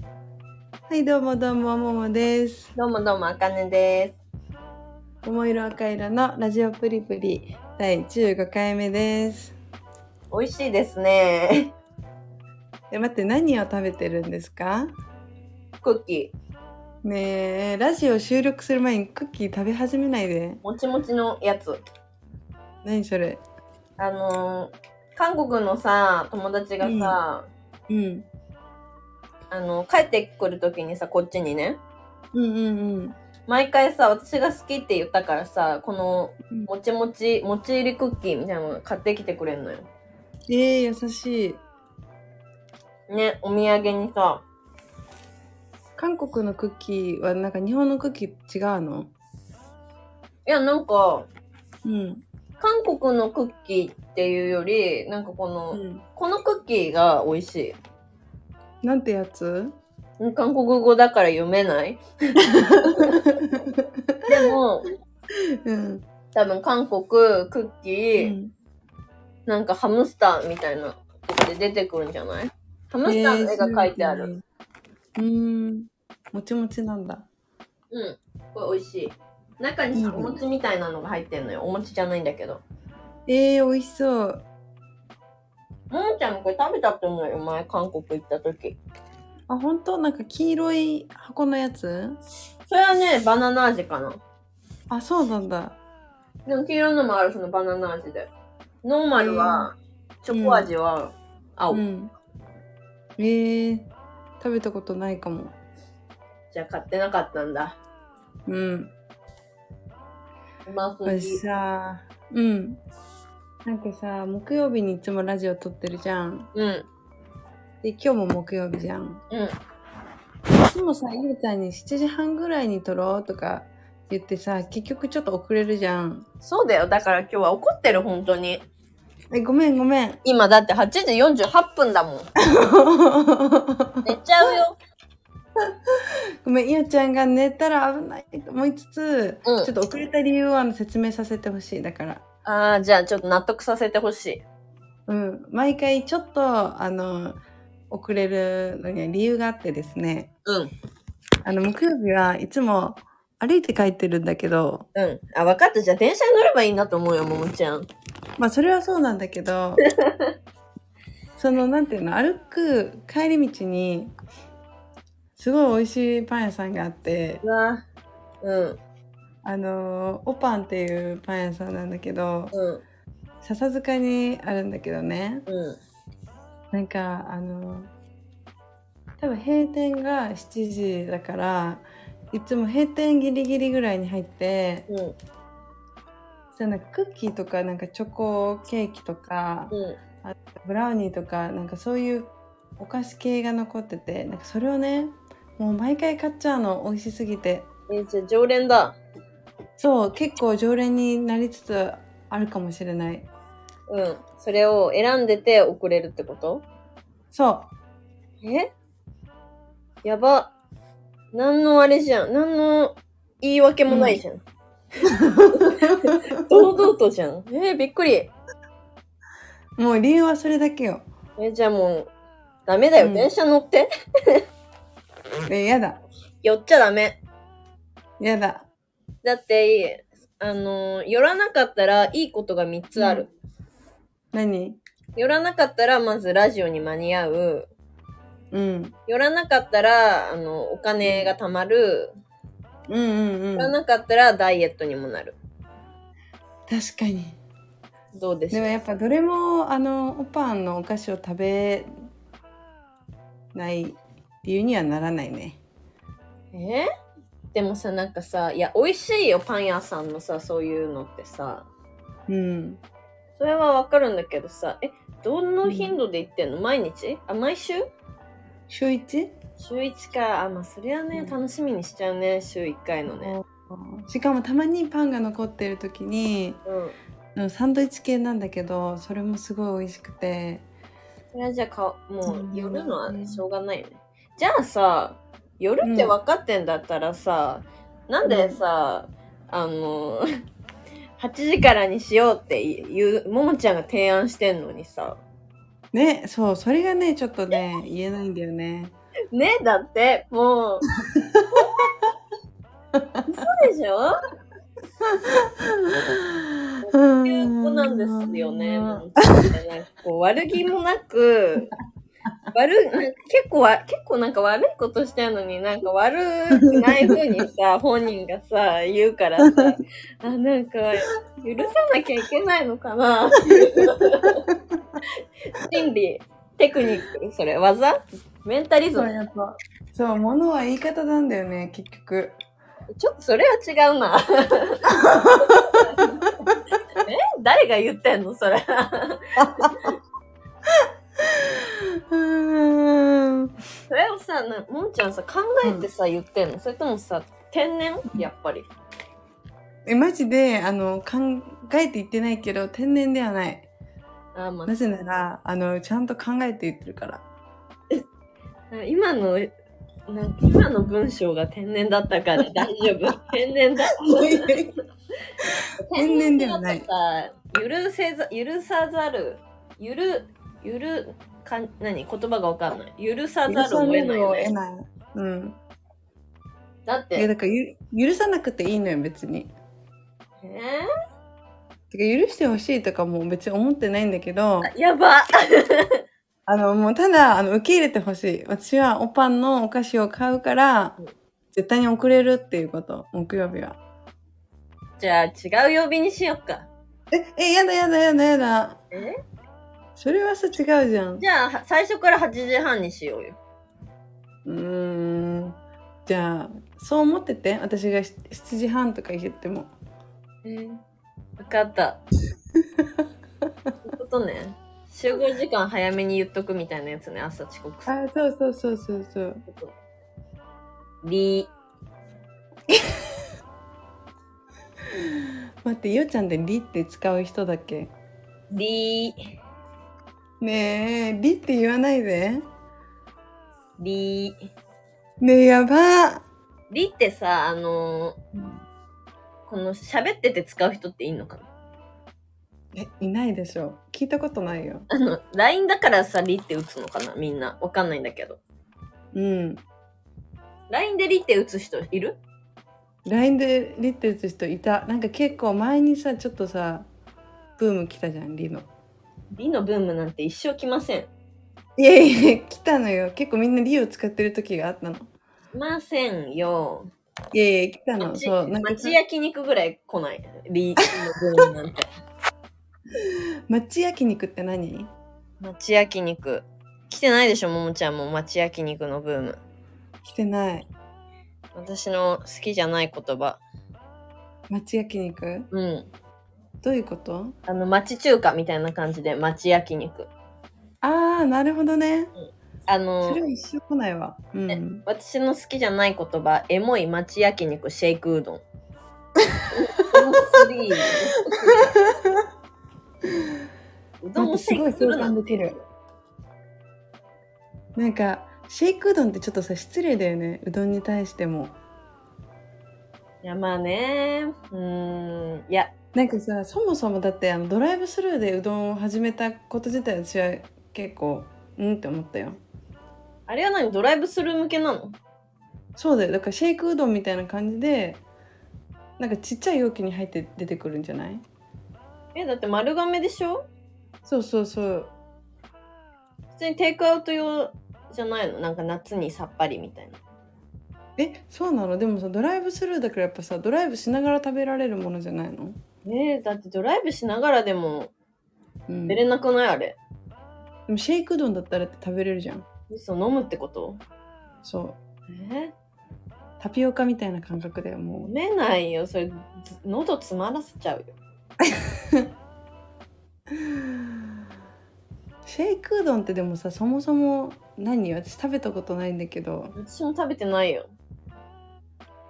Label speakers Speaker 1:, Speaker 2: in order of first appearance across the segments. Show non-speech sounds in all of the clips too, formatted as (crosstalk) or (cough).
Speaker 1: はい、どうもどうも、ももです。
Speaker 2: どうもどうも、あかねで
Speaker 1: 桃色赤色のラジオプリプリ第15回目です。
Speaker 2: す。美味しいですね。 (laughs)
Speaker 1: え、待って、何を食べてるんですか
Speaker 2: クッキー、
Speaker 1: ねえ、ラジオ収録する前にクッキー食べ始めないで。
Speaker 2: もちもちのやつ。
Speaker 1: 何それ
Speaker 2: あのー、韓国のさ、友達がさ、
Speaker 1: うん。
Speaker 2: あの、帰ってくるときにさ、こっちにね、
Speaker 1: うんうんうん。
Speaker 2: 毎回さ、私が好きって言ったからさ、この
Speaker 1: うん、
Speaker 2: もちもち、もち入りクッキーみたいなの買ってきてくれんのよ。
Speaker 1: えー、優しい。
Speaker 2: ね、お土産にさ、
Speaker 1: 韓国のクッキーはなんか日本のクッキー違うの
Speaker 2: いや、なんか、
Speaker 1: うん。
Speaker 2: 韓国のクッキーっていうより、なんかこの、
Speaker 1: うん。
Speaker 2: このクッキーが美味しい。
Speaker 1: なんてやつ
Speaker 2: 韓国語だから読めない
Speaker 1: (laughs)
Speaker 2: でも
Speaker 1: うん。
Speaker 2: 多分韓国クッキ
Speaker 1: う
Speaker 2: ー、
Speaker 1: ん。
Speaker 2: なんかハムスターみたいなとこで出てくるんじゃないハムスターの絵が描いてある、
Speaker 1: えー。すごいねうん。もちもちなんだ。
Speaker 2: うんこれ美味しい中にさ
Speaker 1: いいね
Speaker 2: お餅みたいなのが入ってんのよお餅じゃないんだけど
Speaker 1: えー、美味しそう。
Speaker 2: ももちゃんもこれ食べたと思うよ前韓国行った時
Speaker 1: あ、本当なんか黄色い箱のやつ
Speaker 2: それはねバナナ味かな
Speaker 1: あ、そうなんだ。
Speaker 2: でも黄色いのもあるそのバナナ味でノーマルは、チョコ味は青、
Speaker 1: うん。えー、食べたことないかも。
Speaker 2: じゃあ買ってなかったんだ
Speaker 1: うん。
Speaker 2: うまそう
Speaker 1: 私さ、うん。なんかさ、木曜日にいつもラジオ撮ってるじゃん。
Speaker 2: うん。
Speaker 1: で、今日も木曜日じゃん。
Speaker 2: うん。
Speaker 1: いつもさ、ゆうちゃんに7時半ぐらいに撮ろうとか言ってさ、結局ちょっと遅れるじゃん。
Speaker 2: そうだよ。だから今日は怒ってる、本当に。
Speaker 1: え、ごめんごめん。
Speaker 2: 今だって8時48分だ (laughs) もん。寝ちゃうよ。
Speaker 1: ごめん、ゆうちゃんが寝たら危ないと思いつつ、
Speaker 2: うん
Speaker 1: ちょっと遅れた理由はあの説明させてほしい。だから、
Speaker 2: ああ、じゃあちょっと納得させてほしい。
Speaker 1: うん、毎回ちょっと、あの、遅れるのには理由があってですね、
Speaker 2: うん。
Speaker 1: あの、木曜日はいつも歩いて帰ってるんだけど、
Speaker 2: うん。あ、分かった。じゃあ電車に乗ればいいんだと思うよ、ももちゃん。
Speaker 1: まあ、それはそうなんだけ
Speaker 2: (laughs)
Speaker 1: ど、その、なんていうの、歩く帰り道に、すごい美味しいパン屋さんがあって、
Speaker 2: うわうん。
Speaker 1: あの、オパンっていうパン屋さんなんだけど、
Speaker 2: うん。
Speaker 1: 笹塚にあるんだけどね
Speaker 2: うん。
Speaker 1: なんかあの多分閉店が7時だからいつも閉店ギリギリぐらいに入って
Speaker 2: うん。
Speaker 1: そしたらなんかクッキーとかなんかチョコケーキとか
Speaker 2: うん。
Speaker 1: ブラウニーとかなんかそういうお菓子系が残っててなんかそれをねもう毎回買っちゃうの美味しすぎて
Speaker 2: えーじゃあ常連だ。
Speaker 1: そう結構常連になりつつあるかもしれない
Speaker 2: うん。それを選んでて遅れるってこと
Speaker 1: そ
Speaker 2: えやば。何のあれじゃん。何の言い訳もないじゃん。堂々とじゃん。えーびっくり。
Speaker 1: うもう理由はそれだけよ
Speaker 2: えじゃあもう、ダメだよ。
Speaker 1: うん
Speaker 2: 電車乗って。
Speaker 1: えやだ
Speaker 2: 寄っちゃダメ。
Speaker 1: やだ
Speaker 2: だっていい、あのー寄らなかったらいいことが3つある。
Speaker 1: 何
Speaker 2: 寄らなかったら、まずラジオに間に合う。
Speaker 1: うん
Speaker 2: 寄らなかったら、あの、お金が貯まる。
Speaker 1: うんうん
Speaker 2: 寄
Speaker 1: う
Speaker 2: ら
Speaker 1: ん。
Speaker 2: なかったら、ダイエットにもなる。
Speaker 1: 確かに。
Speaker 2: どうでし
Speaker 1: で
Speaker 2: ょ
Speaker 1: も
Speaker 2: う
Speaker 1: やっぱどれもあのおパンのお菓子を食べない理由にはならないね。
Speaker 2: えでもさなんかさいや美味しいよパン屋さんのさそういうのってさ
Speaker 1: うん。
Speaker 2: それはわかるんだけどさえどの頻度で行ってんの、毎日あ毎週
Speaker 1: 週一？
Speaker 2: 週1かあまあそりゃね、
Speaker 1: うん
Speaker 2: 楽しみにしちゃうね週1回のね
Speaker 1: しかもたまにパンが残ってる時に
Speaker 2: うん
Speaker 1: うんサンドイッチ系なんだけどそれもすごい美味しくて
Speaker 2: それはじゃあかも
Speaker 1: そう
Speaker 2: う
Speaker 1: ね
Speaker 2: 寄るのはしょうがないよねじゃあさ寄るって分かってんだったらさ、なんでさ、あの (laughs) 8時からにしようっていうももちゃんが提案してんのにさ
Speaker 1: ねそうそれがねちょっとね言えないんだよね。
Speaker 2: ねだって、もう。嘘でしょっていう子なんですよね。なんかこう悪気もなく、悪い、なんか結構わ、結構なんか悪いことしてるのに、なんか悪くない風にさ、本人がさ、言うからさ、あ、なんか、許さなきゃいけないのか (laughs) なっていう心理、テクニック、それ、技メンタリズ
Speaker 1: そう
Speaker 2: ム。
Speaker 1: やっぱそう物は言い方なんだよね結局
Speaker 2: ちょっとそれは違うな。 (laughs) え誰が言ってんのそれ。
Speaker 1: うーん
Speaker 2: それをさなもんちゃんさ考えてさ、言ってんのそれともさ天然やっぱり
Speaker 1: えマジであの考えて言ってないけど天然ではない
Speaker 2: あー、ま
Speaker 1: なぜならあのちゃんと考えて言ってるから
Speaker 2: あ、今のなんか今の文章が天然だったから大丈
Speaker 1: (laughs)
Speaker 2: 夫天然だ
Speaker 1: 天然ではない
Speaker 2: 天然だとさ許せざ許さざる許許かん何言葉がわかんない許さざるを得ないよ
Speaker 1: を
Speaker 2: ね、
Speaker 1: 得ないうん
Speaker 2: だっ
Speaker 1: い
Speaker 2: て
Speaker 1: や
Speaker 2: え
Speaker 1: だからゆ許さなくていいのよ別に
Speaker 2: ー
Speaker 1: てか許してほしいとかも別に思ってないんだけど
Speaker 2: やば
Speaker 1: あのもうただあの受け入れてほしい私はおパンのお菓子を買うから
Speaker 2: うん
Speaker 1: 絶対に遅れるっていうこと木曜日は
Speaker 2: じゃあ違う曜日にしよっか
Speaker 1: ええやだやだやだやだ
Speaker 2: え
Speaker 1: それはさ違うじゃん
Speaker 2: じゃあは最初から8時半にしようよ
Speaker 1: うーんじゃあそう思ってて私がし7時半とか言っても
Speaker 2: えー、分かった。そういうことね。集合時間早めに言っとくみたいなやつね、朝遅刻する
Speaker 1: あそうそうそうそうそう
Speaker 2: こと。り、
Speaker 1: 待ってようちゃんで「り」って使う人だっけ
Speaker 2: り、
Speaker 1: ねえ「り」って言わないで
Speaker 2: り。
Speaker 1: ねえやば
Speaker 2: りってさ、あのーこの喋ってて使う人っていいのかな
Speaker 1: えいないでしょ聞いたことないよ
Speaker 2: あの、LINE だからさ、りって打つのかなみんな。わかんないんだけど。
Speaker 1: (laughs) うん
Speaker 2: LINE でりって打つ人いる
Speaker 1: LINE で「り」って打つ人いたなんか結構前にさちょっとさブーム来たじゃん「り」の
Speaker 2: りのブームなんて一生来ません。
Speaker 1: いやいや来たのよ結構みんな「り」を使ってる時があったの
Speaker 2: 来ませんよ。
Speaker 1: いやいや来たの
Speaker 2: 町
Speaker 1: そうなんか
Speaker 2: 町焼肉ぐらい来ない。リーの分 (laughs) なんて。
Speaker 1: 町焼肉って何
Speaker 2: 町焼肉。来てないでしょ、ももちゃんも町焼肉のブーム。
Speaker 1: してない
Speaker 2: 私の好きじゃない言葉。
Speaker 1: 町焼肉
Speaker 2: うん。
Speaker 1: どういうこと
Speaker 2: あの、町中華みたいな感じで町焼肉。
Speaker 1: あーなるほどね
Speaker 2: あ
Speaker 1: そ
Speaker 2: の
Speaker 1: れ、は一生来ないわうん
Speaker 2: 私の好きじゃない言葉、エモい町焼肉シェイクう (laughs) どん。 (laughs) うどんをシェイクするなんて。
Speaker 1: なんかシェイクうどんってちょっとさ失礼だよねうどんに対しても
Speaker 2: いや、まあね。うーん。いや、
Speaker 1: なんかさそもそもだってあのドライブスルーでうどんを始めたこと自体私は結構うんって思ったよ
Speaker 2: あれは何ドライブスルー向けなの
Speaker 1: そうだよだからシェイクうどんみたいな感じでなんかちっちゃい容器に入って出てくるんじゃない
Speaker 2: え、だって丸亀でしょ
Speaker 1: そうそうそう
Speaker 2: 普通にテイクアウト用じゃないのなんか夏にさっぱりみたいな。
Speaker 1: えそうなのでもさドライブスルーだからやっぱさドライブしながら食べられるものじゃないの、
Speaker 2: えー、だってドライブしながらでも
Speaker 1: うん、
Speaker 2: 出
Speaker 1: で
Speaker 2: れなくないあれ。
Speaker 1: もシェイクうどんだったら食べれるじゃん
Speaker 2: 嘘飲むってこと
Speaker 1: そう
Speaker 2: え
Speaker 1: タピオカみたいな感覚だよ
Speaker 2: ー、
Speaker 1: も
Speaker 2: 飲めないよ。それ、ず喉詰まらせちゃうよ。
Speaker 1: うシェイクうどんってでもさそもそも何私食べたことないんだけど
Speaker 2: 私も食べてないよ。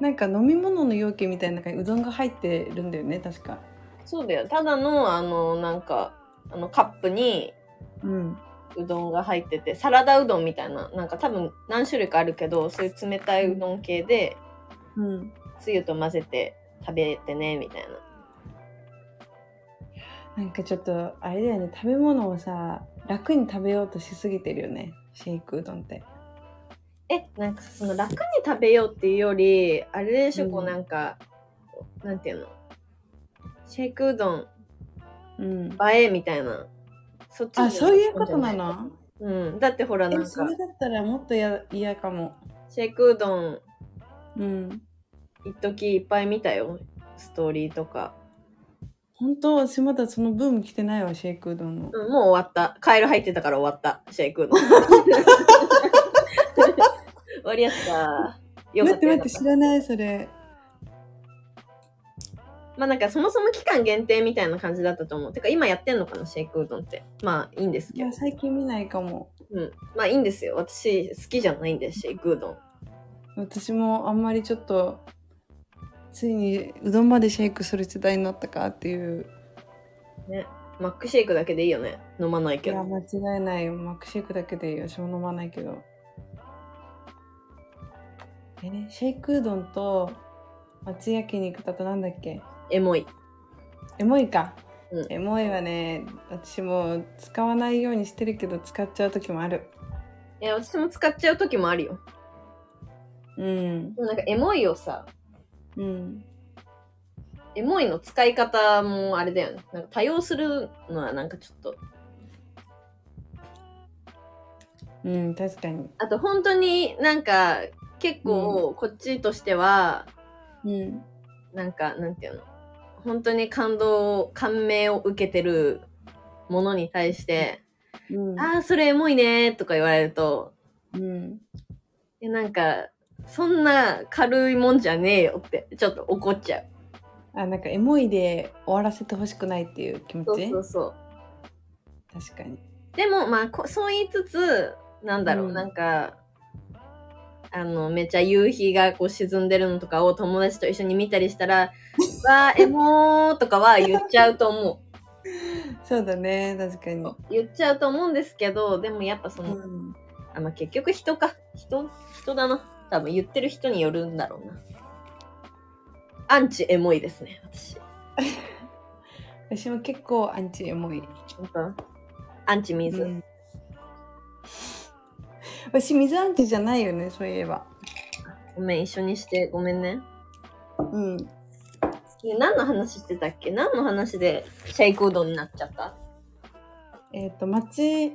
Speaker 1: なんか飲み物の容器みたいな中にうどんが入ってるんだよね確か
Speaker 2: そうだよ。ただの、あの、なんか、あの、カップに
Speaker 1: うん
Speaker 2: うどんが入ってて、サラダうどんみたいな、なんか多分何種類かあるけど、そういう冷たいうどん系で、
Speaker 1: うん
Speaker 2: つゆと混ぜて食べてねみたいな
Speaker 1: なんかちょっとあれだよね食べ物をさ楽に食べようとしすぎてるよねシェイクうどんって
Speaker 2: え、なんかその楽に食べようっていうより、あれでしょ、
Speaker 1: うん
Speaker 2: こうなんか、なんていうのシェイクうどん、
Speaker 1: うん。
Speaker 2: 映えみたいな。そっちに
Speaker 1: あ、そういうことなの
Speaker 2: うん。だってほら、な
Speaker 1: え、
Speaker 2: ん
Speaker 1: そ
Speaker 2: か
Speaker 1: れ、だったらもっとや嫌かも。
Speaker 2: シェイクうどん、
Speaker 1: うん。
Speaker 2: 一時いっぱい見たよ。ストーリーとか。
Speaker 1: 本当私まだそのブーム来てないわ、シェイクうどんの。
Speaker 2: うん、もう終わった。カエル入ってたから終わった。シェイ
Speaker 1: (laughs)
Speaker 2: クうどん。終わりやった。よ
Speaker 1: 待
Speaker 2: かっ
Speaker 1: ったて
Speaker 2: よ
Speaker 1: 待っ
Speaker 2: か
Speaker 1: て、
Speaker 2: っ
Speaker 1: 知
Speaker 2: た。
Speaker 1: らない、それ。
Speaker 2: まあなんかそもそも期間限定みたいな感じだったと思う。てか今やってんのかな、シェイクうどんって。まあいいんです
Speaker 1: い
Speaker 2: けど
Speaker 1: や、。最近見ないかも。
Speaker 2: うん。まあいいんですよ。私好きじゃないんで、シェイクうどん。
Speaker 1: 私もあんまりちょっと、ついにうどんまでシェイクする時代になったかっていう。
Speaker 2: マックシェイクだけでいいよね。飲まない
Speaker 1: い
Speaker 2: け
Speaker 1: や、
Speaker 2: ど。
Speaker 1: 間違いないよ。マックシェイクだけでいいよ。私も飲まないけど。え、シェイクうどんと松焼肉だとなんだっけ
Speaker 2: エモい。
Speaker 1: エモいか、
Speaker 2: うん
Speaker 1: エモいはね私もう使わないようにしてるけど使っちゃう時もある
Speaker 2: いや、私も使っちゃう時もあるよ。
Speaker 1: うん
Speaker 2: でもなんかエモいをさ、
Speaker 1: うん
Speaker 2: エモいの使い方もあれだよね。なんか多用するのはなんかちょっと。
Speaker 1: うん確かに
Speaker 2: あと本当になんか結構こっちとしては、
Speaker 1: うん
Speaker 2: なんかなんていうの本当に感動を感銘を受けてるものに対して
Speaker 1: う
Speaker 2: 「
Speaker 1: ん
Speaker 2: ああそれエモいね」とか言われると
Speaker 1: うん
Speaker 2: 「えなんかそんな軽いもんじゃねえよ」ってちょっと怒っちゃう。
Speaker 1: あなんかエモいで終わらせてほしくないっていう気持ち
Speaker 2: そうそうそう。
Speaker 1: 確かに
Speaker 2: でもまあこそう言いつつなんだろう、
Speaker 1: うん
Speaker 2: なんかあのめっちゃ夕日がこう沈んでるのとかを友達と一緒に見たりし
Speaker 1: (laughs)
Speaker 2: たら「わーエモー」とかは言っちゃうと思
Speaker 1: そうだね確かに
Speaker 2: う言っちゃうと思うんですけどでもやっぱその、
Speaker 1: うん
Speaker 2: あまあ、結局人か人人だな多分言ってる人によるんだろうなアンチエモいですね私
Speaker 1: 私も結構アンチエモい、
Speaker 2: 本当アンチ水、
Speaker 1: うん私水アンチじゃないよねそういえば
Speaker 2: ごめん一緒にしてごめんね
Speaker 1: うん
Speaker 2: で何の話してたっけ何の話でシェイクうどんになっちゃった
Speaker 1: えっ、と町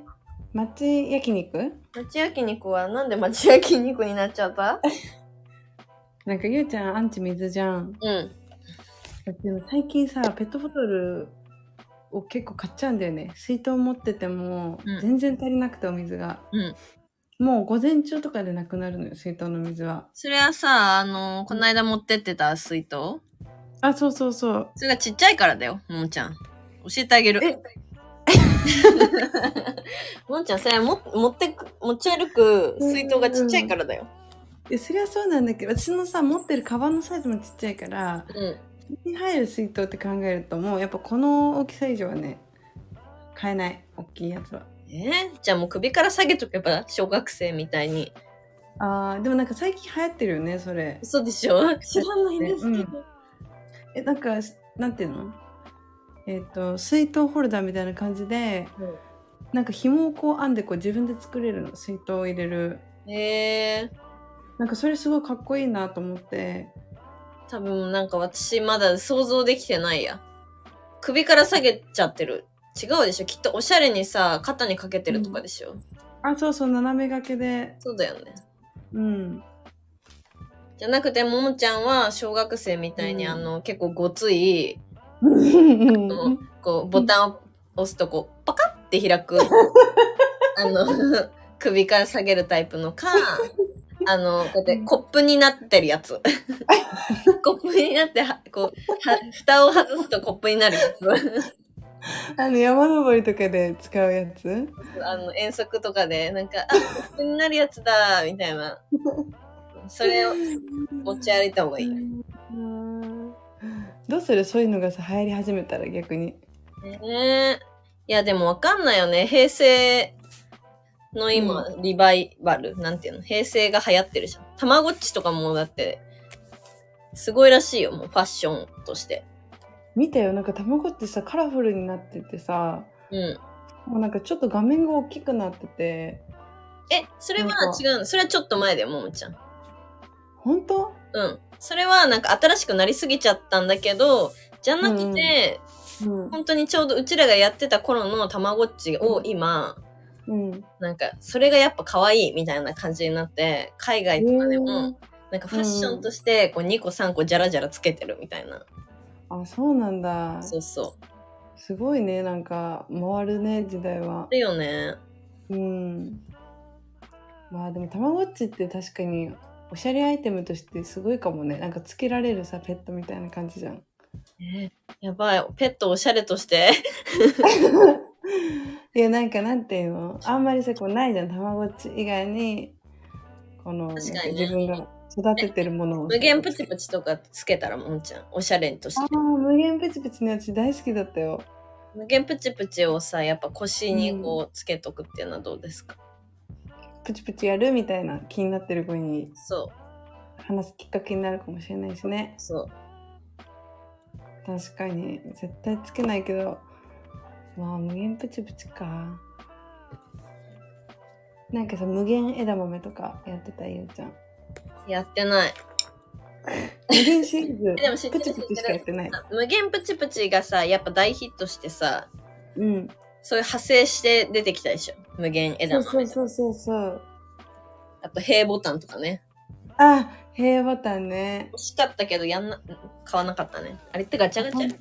Speaker 1: 町焼肉
Speaker 2: 町焼肉はなんで町焼肉になっちゃった
Speaker 1: なんかゆうちゃんアンチ水じゃん
Speaker 2: (laughs) うん。
Speaker 1: でも最近さペットボトルを結構買っちゃうんだよね水筒持ってても
Speaker 2: うん
Speaker 1: 全然足りなくてお水が、
Speaker 2: うん
Speaker 1: もう午前中とかでなくなるのよ水筒の水は
Speaker 2: それはさ、あのこの間持ってってた水筒
Speaker 1: あそうそうそう
Speaker 2: それがちっちゃいからだよ、もんちゃん。教えてあげる。 (laughs) もんちゃん、それも持ってく、持ち歩く水筒がちっちゃいからだよ。
Speaker 1: いやそりゃそうなんだけど私のさ持ってるカバンのサイズもちっちゃいから
Speaker 2: うん。
Speaker 1: 手に入る水筒って考えるともうやっぱこの大きさ以上はね買えない大きいやつは
Speaker 2: えーじゃあもう首から下げとけば、小学生みたいに。
Speaker 1: あーでもなんか最近流行ってるよねそれ
Speaker 2: 嘘でしょ (laughs) 知らないですけど。
Speaker 1: えなんかなんていうのえっ、と水筒ホルダーみたいな感じでなんか紐をこう編んでこう自分で作れるの水筒を入れる
Speaker 2: えー、
Speaker 1: なんかそれすごいかっこいいなと思って
Speaker 2: 多分なんか私まだ想像できてないや。首から下げちゃってる。違うでしょきっとおしゃれにさ、肩にかけてるとかでしょ、
Speaker 1: あそうそう斜め掛けで
Speaker 2: そうだよね。 (laughs)
Speaker 1: うん
Speaker 2: じゃなくて、ももちゃんは小学生みたいに、
Speaker 1: うん
Speaker 2: あの、結構ごつい、こう、ボタンを押すとこう、パカッて
Speaker 1: (laughs)
Speaker 2: 開く、あの、 (laughs) 首から下げるタイプのか、
Speaker 1: (laughs)
Speaker 2: あの、こうやってコップになってる
Speaker 1: (laughs)
Speaker 2: やつ。コップになっては、こう、は、蓋を外すとコップになるやつ。
Speaker 1: あの山登りとかで使うやつ
Speaker 2: あの、遠足とかで、なんか、あ、コップになるやつだ、みた
Speaker 1: (laughs)
Speaker 2: いな。それを持ち歩いた方がいい。
Speaker 1: うんどうするそういうのがさ流行り始めたら逆に
Speaker 2: ねえ。いや、でもわかんないよね。平成の今、リバイバル、なんていうの平成が流行ってるじゃん。たまごっちとかもだって、すごいらしいよ、もうファッションとして。
Speaker 1: 見たよなんか卵ってさカラフルになっててさ
Speaker 2: うん。
Speaker 1: もうなんかちょっと画面が大きくなってて
Speaker 2: え、それは
Speaker 1: なんか
Speaker 2: 違うのそれはちょっと前だよ、ももちゃん。
Speaker 1: 本当
Speaker 2: うん。それはなんか新しくなりすぎちゃったんだけど、じゃなくて、
Speaker 1: うん。
Speaker 2: 本当にちょうどうちらがやってた頃のたまごっちを今、
Speaker 1: うん。
Speaker 2: なんかそれがやっぱ可愛いみたいな感じになって、海外とかでも、なんかファッションとしてこう2個3個ジャラジャラつけてるみたいな。
Speaker 1: あ、そうなんだ。
Speaker 2: そうそう。
Speaker 1: すごいね、なんか、回るね、時代は
Speaker 2: あ。るよね。
Speaker 1: うん。まあでも、たまごっちって確かに、おしゃれアイテムとしてすごいかもね。なんかつけられるさ、ペットみたいな感じじゃん。 (laughs)
Speaker 2: えやばい。ペットおしゃれとして。
Speaker 1: いや、なんかなんていうのあんまりさ、こうないじゃん。たまごっち以外に、この、なんか
Speaker 2: 確かにね
Speaker 1: 自分が育ててるものをさ。
Speaker 2: 無限プチプチとかつけたらもんちゃん。おしゃれとし
Speaker 1: あ
Speaker 2: て。
Speaker 1: あ、無限プチプチのやつ大好きだったよ。
Speaker 2: 無限プチプチをさ、やっぱ腰にこうつけとくっていうのはどうですか、
Speaker 1: プチプチやるみたいな気になってる子に
Speaker 2: そ
Speaker 1: 話すきっかけになるかもしれないしね
Speaker 2: う。そう。
Speaker 1: 確かに絶対つけないけどまあ無限プチプチかなんかさ無限枝豆とかやってたゆうちゃん
Speaker 2: やってない。
Speaker 1: 無限シリーズ
Speaker 2: えでも知って
Speaker 1: プ
Speaker 2: る
Speaker 1: チプチしかやってない
Speaker 2: あ無限プチプチがさ、やっぱ大ヒットしてさ、
Speaker 1: うん
Speaker 2: そういう派生して出てきたでしょ。無限枝
Speaker 1: そう
Speaker 2: 豆。
Speaker 1: そうそうそうそう
Speaker 2: あと、平ボタンとかね。
Speaker 1: あ平ボタンね
Speaker 2: 欲しかったけど、やんな、買わなかったね。あれってガチャガチャ。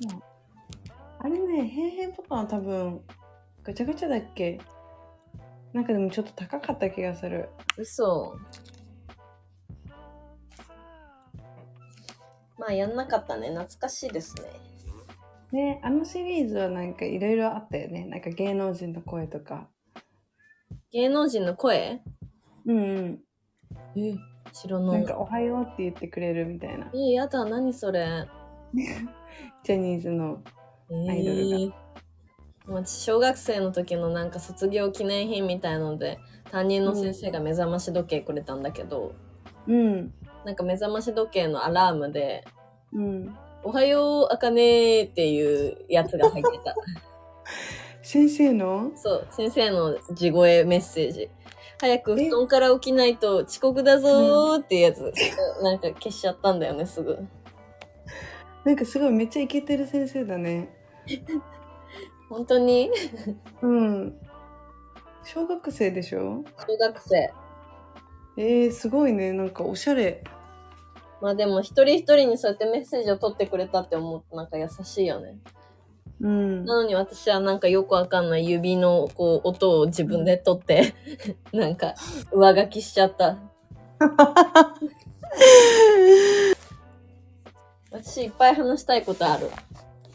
Speaker 1: あれね平平ボタンは多分ガチャガチャだっけなんかでもちょっと高かった気がする
Speaker 2: 嘘。まあ、やんなかったね。懐かしいですね。
Speaker 1: ねあのシリーズはなんかいろいろあったよねなんか芸能人の声とか
Speaker 2: 芸能人の声
Speaker 1: うんうん
Speaker 2: え知らな
Speaker 1: なん
Speaker 2: い。
Speaker 1: か「おはよう」って言ってくれるみたいな
Speaker 2: えやだ、何それ。
Speaker 1: ジャニーズのアイドルが
Speaker 2: えーまあ小学生の時のなんか卒業記念品みたいので担任の先生が目覚まし時計くれたんだけど、
Speaker 1: うん
Speaker 2: なんか目覚まし時計のアラームで
Speaker 1: うん
Speaker 2: 「おはようあかねー」っていうやつが入って (laughs) た
Speaker 1: 先生の
Speaker 2: そう先生の地声メッセージ「早く布団から起きないと遅刻だぞー」っていうやつ、なんか消しちゃったんだよねすぐ
Speaker 1: なんかすごいめっちゃイケてる先生だね
Speaker 2: 本当に
Speaker 1: うん小学生でしょ
Speaker 2: 小学生
Speaker 1: えー、すごいねなんかおしゃれ
Speaker 2: まあでも一人一人にそうやってメッセージを取ってくれたって思うとなんか優しいよね
Speaker 1: うん
Speaker 2: なのに私はなんかよくわかんない指のこう音を自分で取って、 (laughs) なんか上書きしちゃった。私いっぱい話したいことある。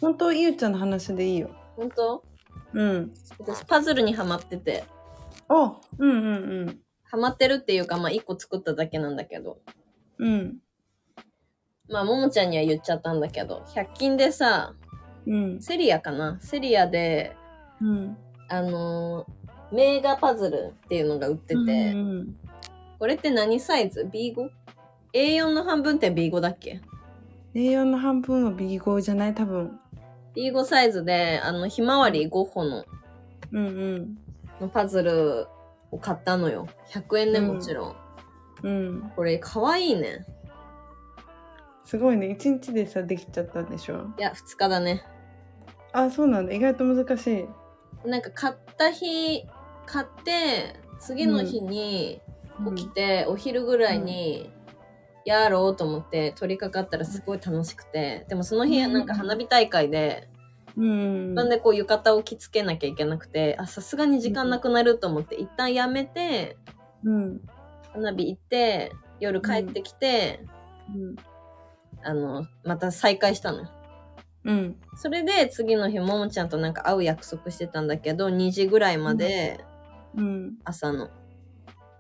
Speaker 1: 本当ゆうちゃんの話でいいよ
Speaker 2: 本当
Speaker 1: うん
Speaker 2: 私パズルにはまってて、
Speaker 1: あうんうんうん
Speaker 2: はまってるっていうかまあ一個作っただけなんだけど、
Speaker 1: うん
Speaker 2: まあももちゃんには言っちゃったんだけど、100均でさ、
Speaker 1: うん
Speaker 2: セリアかなセリアで、
Speaker 1: うん
Speaker 2: あのー名画パズルっていうのが売ってて、
Speaker 1: うん
Speaker 2: これって何サイズ ?B5? A4 の半分って B5 だっけ
Speaker 1: A4 の半分は B5 じゃない多分
Speaker 2: ?B5 サイズで、あの、ひまわり5本の
Speaker 1: うんうん
Speaker 2: のパズルを買ったのよ。100円でもちろん。
Speaker 1: うん
Speaker 2: これ、かわいいね。
Speaker 1: すごいね一日でさできちゃったんでしょ
Speaker 2: いや、2日だね。
Speaker 1: あそうなんだ意外と難しい
Speaker 2: なんか、買った日、買って、次の日に起きて、お昼ぐらいに、やろうと思って取り掛かったらすごい楽しくて。でもその日、
Speaker 1: うん
Speaker 2: なんか花火大会で、
Speaker 1: うん
Speaker 2: なんでこう浴衣を着付けなきゃいけなくて、あ、さすがに時間なくなると思って、一旦やめて、
Speaker 1: うん
Speaker 2: 花火行って、夜帰ってきて、
Speaker 1: うん
Speaker 2: あの、また再会したのよ。
Speaker 1: うん
Speaker 2: それで次の日、ももちゃんとなんか会う約束してたんだけど、2時ぐらいまで
Speaker 1: うん
Speaker 2: 朝の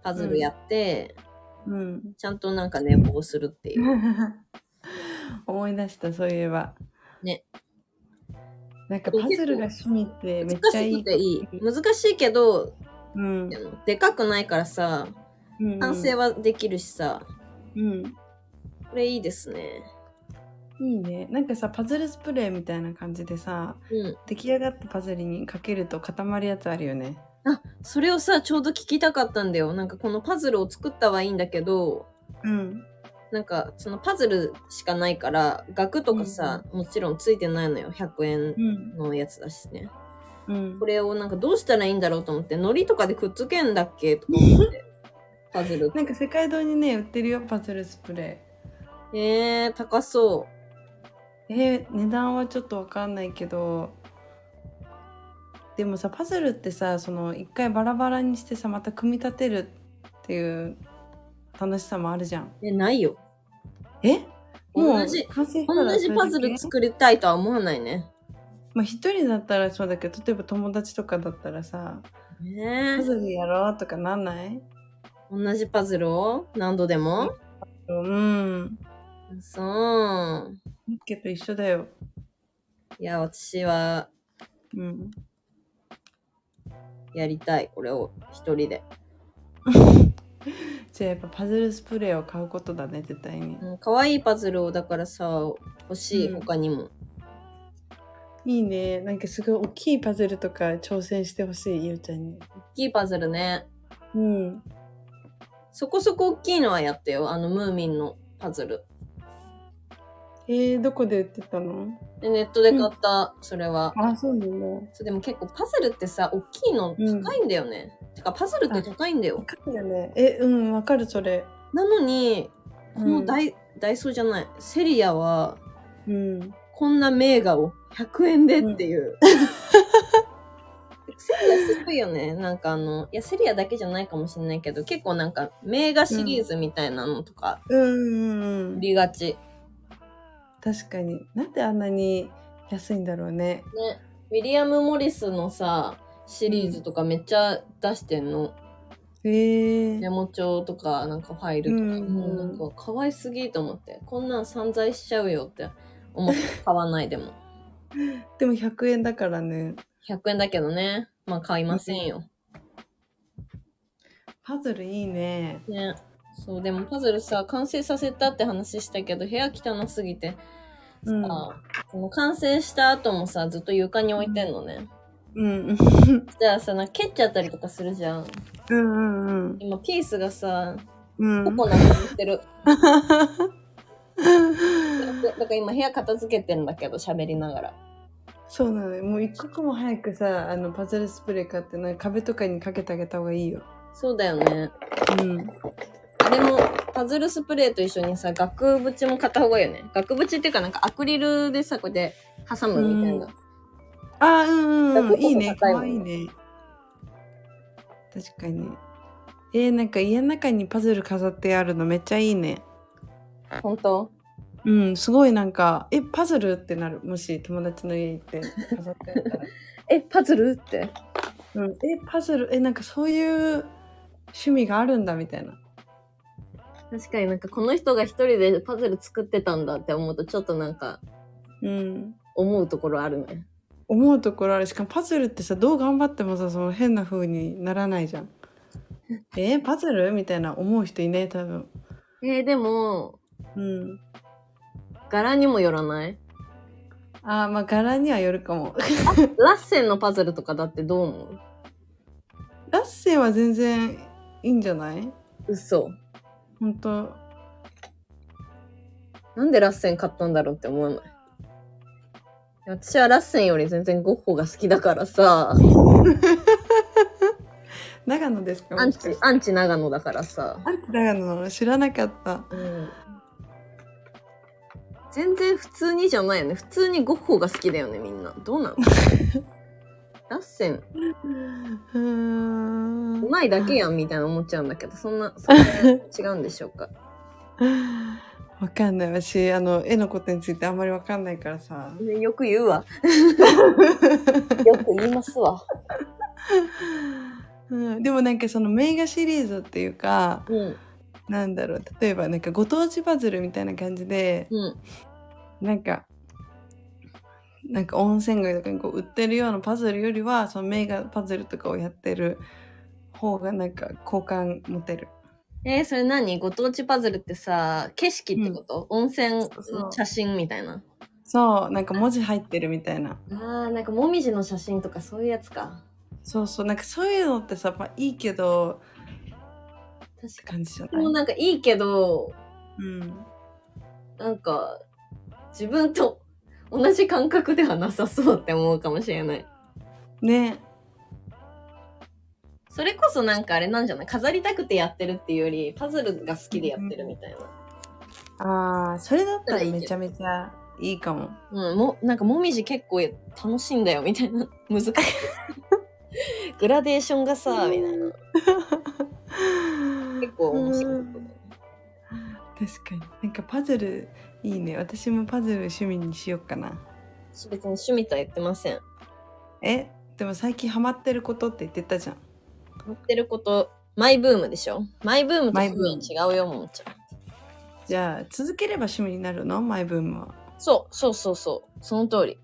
Speaker 2: パズルやって、
Speaker 1: うん
Speaker 2: ちゃんとなんか寝坊するっていう。
Speaker 1: 思い出したそういえば
Speaker 2: ね
Speaker 1: なんかパズルが趣味ってめっ
Speaker 2: 難
Speaker 1: ちゃい
Speaker 2: し
Speaker 1: い
Speaker 2: くていい。難しいけど、
Speaker 1: うん
Speaker 2: でかくないからさ、
Speaker 1: うん
Speaker 2: 完成はできるしさ、
Speaker 1: うん
Speaker 2: これいいですね。
Speaker 1: いいねなんかさパズルスプレーみたいな感じでさ
Speaker 2: うん。
Speaker 1: 出来上がったパズルにかけると固まるやつあるよね
Speaker 2: それをさ、ちょうど聞きたかったんだよ。なんかこのパズルを作ったはいいんだけど、
Speaker 1: うん。
Speaker 2: なんかそのパズルしかないから、額とかさ、もちろんついてないのよ。100円
Speaker 1: うん。
Speaker 2: のやつだしね。
Speaker 1: うん
Speaker 2: こ。れをなんかどうしたらいいんだろうと思って、糊とかでくっつけんだっけとか思って。パズル。
Speaker 1: なんか世界堂にね、売ってるよ、パズルスプレ
Speaker 2: えー、高そ
Speaker 1: ー。えー値段はちょっとわかんないけど、でもさ、パズルってさ、その一回バラバラにしてさ、また組み立てるっていう楽しさもあるじゃん。
Speaker 2: う。え、ないよ。
Speaker 1: えもう
Speaker 2: 同じ
Speaker 1: 完成したら
Speaker 2: 同じパズ
Speaker 1: それだ
Speaker 2: ル
Speaker 1: け
Speaker 2: 作りたいとは思わないね。
Speaker 1: まあ一人だったらそうだけど、例えば友達とかだったらさ、
Speaker 2: ね
Speaker 1: パ
Speaker 2: え。
Speaker 1: ズルやろうとかなんない
Speaker 2: 同じパズルを何度でも
Speaker 1: うん。
Speaker 2: そう。
Speaker 1: ミッケと一緒だよ。
Speaker 2: いや、私は
Speaker 1: うん。
Speaker 2: やりたい。これを一人で。
Speaker 1: じゃあやっぱパズルスプレーを買うことだね、絶対に。
Speaker 2: うん、可愛いパズルをだからさ、欲しい、
Speaker 1: うん
Speaker 2: 他にも。
Speaker 1: いいね。なんかすごい大きいパズルとか挑戦してほしい、ゆうちゃんに。
Speaker 2: 大きいパズルね。
Speaker 1: うん。
Speaker 2: そこそこ大きいのはやってよ。あの、ムーミンのパズル。
Speaker 1: えー、どこで売ってたの
Speaker 2: で、ネットで買った、それは。
Speaker 1: あ、そうなんだ。
Speaker 2: そうでも結構パズルってさ、大きいの高いんだよね。てか、パズルって高いんだよ。
Speaker 1: 高いよね。え、うん、わかる、それ。
Speaker 2: なのに、このダイ,、ダイソーじゃない、セリアは、
Speaker 1: うん。
Speaker 2: こんな名画を100円でっていう。セリアすごいよね。なんかあの、いや、セリアだけじゃないかもしれないけど、結構なんか、名画シリーズみたいなのとか、
Speaker 1: うんうんう
Speaker 2: 売
Speaker 1: ん。
Speaker 2: りがち。
Speaker 1: 確かに。なんであんなに安いんだろうね。
Speaker 2: ね、ウィリアム・モリスのさ、シリーズとかめっちゃ出してんの。
Speaker 1: えー。
Speaker 2: メモ帳とか、なんかファイルとか、
Speaker 1: うんうん
Speaker 2: もうなんか可愛すぎと思って、こんなん散財しちゃうよって思って買わないでも。
Speaker 1: でも100円だからね。
Speaker 2: 100円だけどね、まあ買いませんよ。
Speaker 1: パズルいいね。
Speaker 2: ね。そう、でもパズルさ、完成させたって話したけど、部屋汚すぎて、
Speaker 1: うん。
Speaker 2: あその完成した後もさ、ずっと床に置いてんのね。
Speaker 1: うん。
Speaker 2: じゃあさ、なんか蹴っちゃったりとかするじゃん。
Speaker 1: うんうん
Speaker 2: 今、ピースがさ、
Speaker 1: うん。う
Speaker 2: ポ
Speaker 1: ん。
Speaker 2: ポなくなってる。だ (laughs) から今部屋片付けてんだけど喋りながら
Speaker 1: そうなのよ。もう一刻も早くさ、あの、パズルスプレー買って、なんか壁とかにかけてあげた方がいいよ。
Speaker 2: そうだよね
Speaker 1: うん。
Speaker 2: あれもパズルスプレーと一緒にさ額縁も買った方がいいよね額縁っていうかなんかアクリルでさこうやって挟むみたいな、
Speaker 1: うんあーうんうんうん。いいね。
Speaker 2: 高い
Speaker 1: か
Speaker 2: も
Speaker 1: わいい
Speaker 2: ん
Speaker 1: ね。確かに。えー、なんか家の中にパズル飾ってあるのめっちゃいいね。
Speaker 2: 本当
Speaker 1: うん、すごいなんか、え、パズルってなる。もし友達の家行って飾ってあったら。
Speaker 2: えパズルって
Speaker 1: うん、えパズルえなんかそういう趣味があるんだみたいな
Speaker 2: 確かになんかこの人が一人でパズル作ってたんだって思うとちょっとなんか
Speaker 1: うん
Speaker 2: 思うところあるね
Speaker 1: 思うところあるしかもパズルってさどう頑張ってもさその変な風にならないじゃんえパズルみたいな思う人いない多分
Speaker 2: えーでも
Speaker 1: うん
Speaker 2: 柄にもよらない
Speaker 1: あーまあ柄にはよるかも
Speaker 2: (laughs) ラッセンのパズルとかだってどう思う
Speaker 1: ラッセンは全然いいんじゃない
Speaker 2: 嘘
Speaker 1: 本当
Speaker 2: なんでラッセン買ったんだろうって思わない私はラッセンより全然ゴッホが好きだから (laughs) さ、
Speaker 1: 長野ですか
Speaker 2: アン
Speaker 1: もしかし
Speaker 2: チ
Speaker 1: て、
Speaker 2: アンチ長野だからさ。
Speaker 1: アンチ長野なの知らなかった
Speaker 2: うん。全然普通にじゃないよね。普通にゴッホが好きだよね、みんな。どう (laughs) なのラッセン、
Speaker 1: うーん
Speaker 2: うまいだけやんみたいな思っちゃうんだけど、そんな、そんな違うんでしょうか。
Speaker 1: わかんない私あの絵のことについてあんまりわかんないからさ
Speaker 2: ね (laughs) よく言う (laughs) わ。よく言いますわ。
Speaker 1: うん、でもなんかその名画シリーズっていうか
Speaker 2: うん。
Speaker 1: なんだろう例えばなんかご当地パズルみたいな感じで
Speaker 2: うん。
Speaker 1: なんかなんか温泉街とかにこう売ってるようなパズルよりはその名画パズルとかをやってる方がなんか好感持てる
Speaker 2: えーそれ何ご当地パズルってさ、景色ってこと、温泉の写真みたいな。
Speaker 1: そうなんか文字入ってるみたいな
Speaker 2: あーなんかもみじの写真とかそういうやつか
Speaker 1: そうそうなんかそういうのってさ、まあ、いいけどって
Speaker 2: 確か
Speaker 1: 感じじゃ
Speaker 2: に。
Speaker 1: な
Speaker 2: もう
Speaker 1: い、
Speaker 2: なんかいいけど、
Speaker 1: うん、
Speaker 2: なんか、自分と同じ感覚ではなさそうって思うかもしれない。
Speaker 1: ね
Speaker 2: それこそなんかあれなんじゃない飾りたくてやってるっていうより、パズルが好きでやってるみたいな。
Speaker 1: あーそれだったらめちゃめちゃいいかも
Speaker 2: うん、もなんかもみじ結構楽しいんだよみたいな (laughs) 難しいグラデーションがさ、みたいな結構面白いことだよね
Speaker 1: (laughs) 確かになんかパズルいいね私もパズル趣味にしようかな
Speaker 2: 私別に趣味とは言ってません
Speaker 1: えでも最近ハマってることって言ってたじゃん
Speaker 2: 持ってることマイブームでしょマイブームと
Speaker 1: マイブーム
Speaker 2: 趣味は違うよももちゃん
Speaker 1: じゃあ続ければ趣味になるのマイブームは
Speaker 2: そうそうそうそうその通り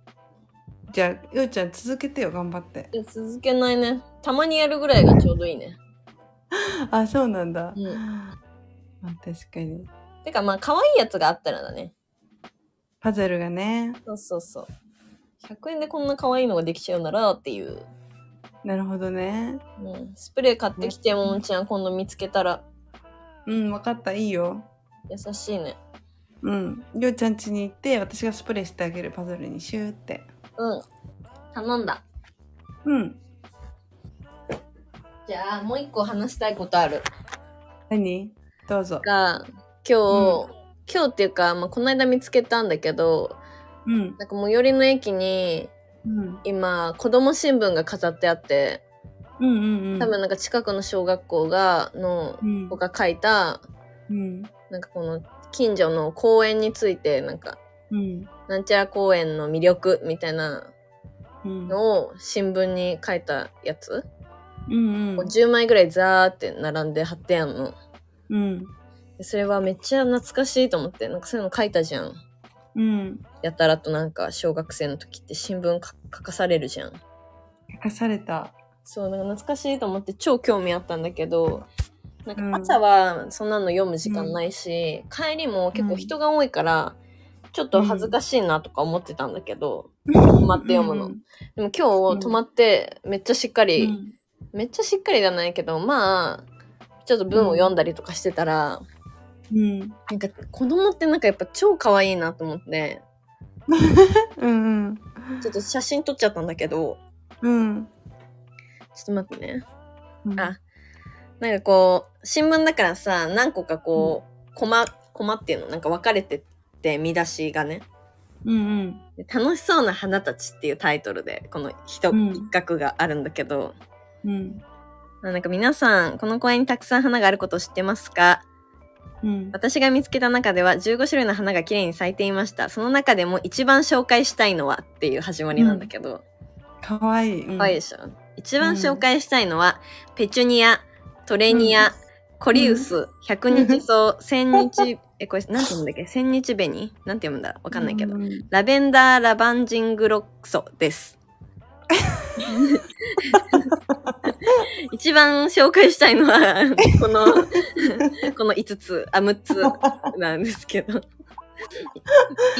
Speaker 1: じゃあようちゃん続けてよ頑張って
Speaker 2: いや続けないねたまにやるぐらいがちょうどいいね
Speaker 1: あそうなんだ、
Speaker 2: うん
Speaker 1: まあ確かに
Speaker 2: てかまあ可愛いやつがあったらだね
Speaker 1: パズルがね
Speaker 2: そうそうそう100円でこんな可愛いのができちゃうならっていう
Speaker 1: なるほどね
Speaker 2: うん、スプレー買ってきて、ももちゃん、今度見つけたら
Speaker 1: うん分かったいいよ
Speaker 2: 優しいね。
Speaker 1: うんりょうちゃん家に行って私がスプレーしてあげるパズルにシューって
Speaker 2: うん。頼んだ。
Speaker 1: うん
Speaker 2: じゃあ、もう一個話したいことある。
Speaker 1: 何どうぞ
Speaker 2: が、今日、今日っていうか、まあ、この間見つけたんだけど、
Speaker 1: うん
Speaker 2: なんか最寄りの駅に、
Speaker 1: うん
Speaker 2: 今、子供新聞が飾ってあって、
Speaker 1: うんうんうん
Speaker 2: 多分なんか近くの小学校が、の
Speaker 1: うん
Speaker 2: 子が書いた、
Speaker 1: うん
Speaker 2: なんかこの近所の公園について、なんか、
Speaker 1: うん
Speaker 2: なんちゃら公園の魅力みたいな
Speaker 1: うん
Speaker 2: のを新聞に書いたやつ、
Speaker 1: うん
Speaker 2: こう10枚ぐらいザーって並んで貼ってあんの。
Speaker 1: うん
Speaker 2: でそれはめっちゃ懐かしいと思って、なんかそういうの書いたじゃん。
Speaker 1: うん
Speaker 2: やたらとなんか小学生の時って新聞か書かされるじゃん。
Speaker 1: 書かされた
Speaker 2: そう、なんか懐かしいと思って超興味あったんだけど、なん
Speaker 1: うん
Speaker 2: か朝はそんなの読む時間ないし、帰りも結構人が多いから、ちょっと恥ずかしいなとか思ってたんだけど、止まって読むの。
Speaker 1: うん
Speaker 2: でも今日泊まってめっちゃしっかり、
Speaker 1: うん
Speaker 2: めっちゃしっかりじゃないけど、まあ、ちょっと文を読んだりとかしてたら、
Speaker 1: うん
Speaker 2: なんか子供ってなんかやっぱ超可愛いなと思って、
Speaker 1: うんうん
Speaker 2: ちょっと写真撮っちゃったんだけど、
Speaker 1: うん
Speaker 2: ちょっと待ってね。
Speaker 1: うん
Speaker 2: あ、なんかこう、新聞だからさ、何個かこう、コマ、コマっていうの、なんか分かれてって、見出しがね。
Speaker 1: うん
Speaker 2: で楽しそうな花たちっていうタイトルで、この一、
Speaker 1: うん
Speaker 2: 一角があるんだけど、
Speaker 1: うん
Speaker 2: なんか皆さん、この公園にたくさん花があることを知ってますか
Speaker 1: うん
Speaker 2: 私が見つけた中では15種類の花が綺麗に咲いていました。その中でも一番紹介したいのはっていう始まりなんだけど、
Speaker 1: かわいいうん
Speaker 2: 可愛いでしょ、一番紹介したいのは、ペチュニア、トレニア、コリウス、百日草、千日、え、これ、なんて読むんだっけ千日紅なんて読むんだわかんないけど。
Speaker 1: うん
Speaker 2: ラベンダー・ラバンジングロックソです。一番紹介したいのは、この、この5つ、あ、6つなんです
Speaker 1: (laughs)
Speaker 2: けど。